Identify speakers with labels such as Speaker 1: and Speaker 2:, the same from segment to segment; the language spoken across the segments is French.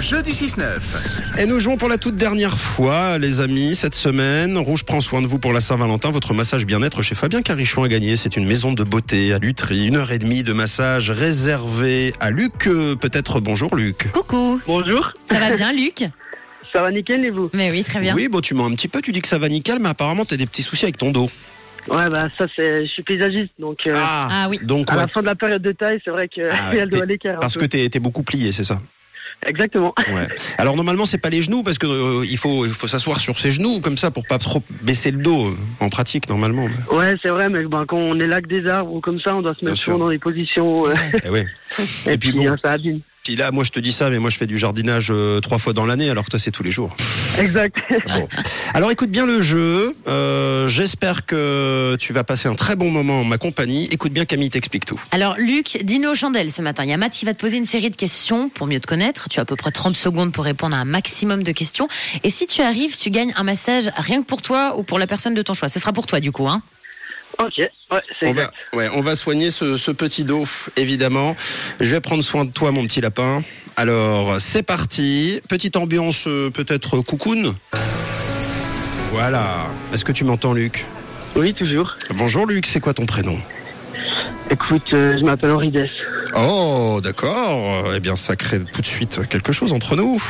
Speaker 1: jeu du 6-9.
Speaker 2: Et nous jouons pour la toute dernière fois, les amis, cette semaine. Rouge prend soin de vous pour la Saint-Valentin. Votre massage bien-être chez Fabien Carichon a gagné. C'est une maison de beauté à Lutry. Une heure et demie de massage réservé à Luc. euh, Peut-être bonjour Luc.
Speaker 3: Coucou,
Speaker 4: Bonjour,
Speaker 3: ça va bien Luc
Speaker 4: ça va nickel et vous
Speaker 3: Mais oui, très bien.
Speaker 2: Oui, bon, tu mens un petit peu. Tu dis que ça va nickel, mais apparemment, t'as des petits soucis avec ton dos.
Speaker 4: Ouais, bah ça c'est, je suis paysagiste, donc euh,
Speaker 3: Ah oui.
Speaker 2: Donc,
Speaker 4: à
Speaker 2: ouais,
Speaker 4: la fin de la période de taille, c'est vrai que
Speaker 2: Ah,
Speaker 4: elle
Speaker 2: t'es-
Speaker 4: doit aller l'écart. un
Speaker 2: Parce que
Speaker 4: peu.
Speaker 2: t'es t'es beaucoup plié, c'est ça.
Speaker 4: Exactement.
Speaker 2: Ouais. Alors normalement c'est pas les genoux parce que euh, il faut il faut s'asseoir sur ses genoux comme ça pour pas trop baisser le dos euh, en pratique normalement.
Speaker 4: Ouais, c'est vrai, mais ben, quand on est là que des arbres ou comme ça, on doit se
Speaker 2: Bien
Speaker 4: mettre
Speaker 2: sûr.
Speaker 4: souvent dans des positions. euh,
Speaker 2: Eh ouais. Et, puis, bon,
Speaker 4: hein, ça abîme.
Speaker 2: puis là moi je te dis ça mais moi je fais du jardinage euh, trois fois dans l'année alors que toi c'est tous les jours.
Speaker 4: Exact.
Speaker 2: Bon. Alors écoute bien le jeu. Euh, J'espère que tu vas passer un très bon moment en ma compagnie. Écoute bien Camille t'explique tout.
Speaker 3: Alors Luc, dis-nous aux chandelles ce matin. Il y a Matt qui va te poser une série de questions pour mieux te connaître. Tu as à peu près 30 secondes pour répondre à un maximum de questions. Et si tu arrives, tu gagnes un massage rien que pour toi ou pour la personne de ton choix. Ce sera pour toi du coup. Hein
Speaker 4: ok, ouais, c'est
Speaker 2: On
Speaker 4: exact.
Speaker 2: va ouais on va soigner ce, ce petit dos évidemment. Je vais prendre soin de toi mon petit lapin. Alors c'est parti. Petite ambiance euh, peut-être coucoune. Voilà. Est-ce que tu m'entends Luc
Speaker 4: Oui, toujours.
Speaker 2: Bonjour Luc, c'est quoi ton prénom
Speaker 4: Écoute, euh, je m'appelle Henri Dess.
Speaker 2: Oh, d'accord. Eh bien, ça crée tout de suite quelque chose entre nous.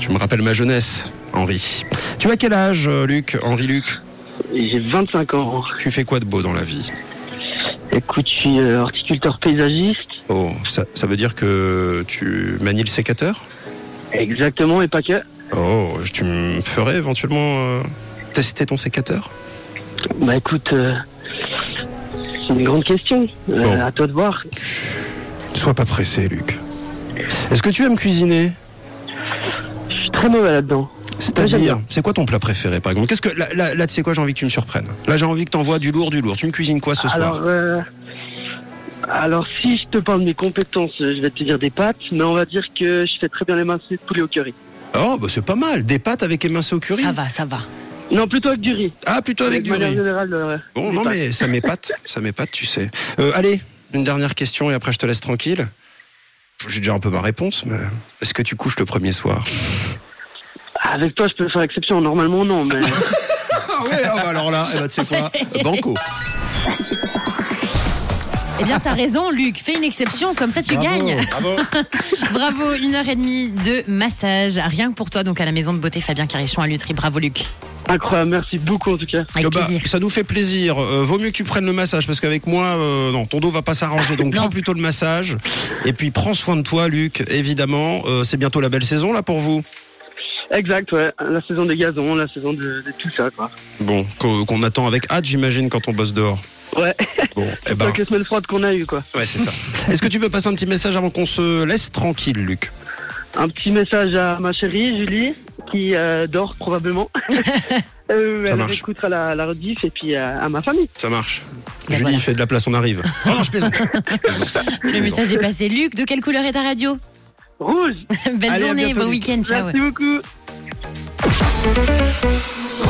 Speaker 2: Tu me rappelles ma jeunesse, Henri. Tu as quel âge, euh, Luc Henri Luc
Speaker 4: et J'ai 25 ans.
Speaker 2: Tu fais quoi de beau dans la vie
Speaker 4: Écoute, je suis euh, horticulteur paysagiste.
Speaker 2: Oh, ça, ça veut dire que tu manies le sécateur
Speaker 4: Exactement, et pas que.
Speaker 2: Oh, tu me ferais éventuellement euh, tester ton sécateur
Speaker 4: Bah écoute, euh, c'est une grande question. Euh,
Speaker 2: Bon.
Speaker 4: À toi de voir.
Speaker 2: Sois pas pressé, Luc. Est-ce que tu aimes cuisiner
Speaker 4: Je suis très mauvais là-dedans. Moi, j'aime
Speaker 2: C'est-à-dire, c'est quoi ton plat préféré, par exemple Qu'est-ce que là, là, là, tu sais quoi J'ai envie que tu me surprennes. Là, j'ai envie que t'envoies du lourd, du lourd. Tu me cuisines quoi ce soir
Speaker 4: Alors, euh, alors, si je te parle de mes compétences, euh, je vais te dire des pâtes, mais on va dire que je fais très bien les mincées de poulet au curry.
Speaker 2: Oh, bah c'est pas mal. Des pâtes avec émincé au curry.
Speaker 3: Ça va, ça va.
Speaker 4: Non, plutôt avec du riz.
Speaker 2: Ah, plutôt avec du
Speaker 4: de manière
Speaker 2: riz.
Speaker 4: générale, euh,
Speaker 2: Bon,
Speaker 4: des
Speaker 2: non,
Speaker 4: pâtes.
Speaker 2: mais ça m'épate. Ça m'épate, tu sais. Euh, allez, une dernière question et après je te laisse tranquille. J'ai déjà un peu ma réponse, mais est-ce que tu couches le premier soir
Speaker 4: Avec toi, je peux faire exception. Normalement, non, mais
Speaker 2: Ah ouais, ah bah alors là, eh bah, tu sais quoi Banco.
Speaker 3: Eh bien, t'as raison Luc. Fais une exception, comme ça tu gagnes.
Speaker 2: Bravo.
Speaker 3: Bravo, une heure et demie de massage. Rien que pour toi, donc à la maison de beauté Fabien Carichon à Lutry. Bravo Luc.
Speaker 4: incroyable. Merci beaucoup en tout cas.
Speaker 3: Avec
Speaker 2: Eh bah,
Speaker 3: plaisir.
Speaker 2: ça nous fait plaisir. Euh, vaut mieux que tu prennes le massage parce qu'avec moi, euh, non, ton dos va pas s'arranger. Donc
Speaker 3: Non.
Speaker 2: prends plutôt le massage. Et puis prends soin de toi, Luc. Évidemment, Euh, c'est bientôt la belle saison là pour vous.
Speaker 4: Exact, ouais. La saison des gazons, la saison de, de tout ça, quoi.
Speaker 2: Bon, qu'on qu'on attend avec hâte, j'imagine, quand on bosse dehors.
Speaker 4: Ouais.
Speaker 2: Bon, eh ben,
Speaker 4: Avec les semaines froides qu'on a eues, quoi.
Speaker 2: ouais, c'est ça. Est-ce que tu peux passer un petit message avant qu'on se laisse tranquille, Luc
Speaker 4: Un petit message à ma chérie, Julie, qui euh, dort probablement. Euh,
Speaker 2: Ça
Speaker 4: elle
Speaker 2: marche.
Speaker 4: écoutera la, la rediff et puis euh, à ma famille.
Speaker 2: Ça marche.
Speaker 3: Ben
Speaker 2: Julie,
Speaker 3: voilà.
Speaker 2: fait de la place, on arrive. Oh non, je plaisante. Je plaisante. Je
Speaker 3: Le
Speaker 2: plaisante.
Speaker 3: message est passé. Luc, de quelle couleur est ta radio
Speaker 4: Rouge
Speaker 3: Belle
Speaker 2: Allez, à
Speaker 3: journée,
Speaker 2: bientôt,
Speaker 3: bon
Speaker 2: Luc.
Speaker 3: week-end, ciao.
Speaker 4: Merci beaucoup.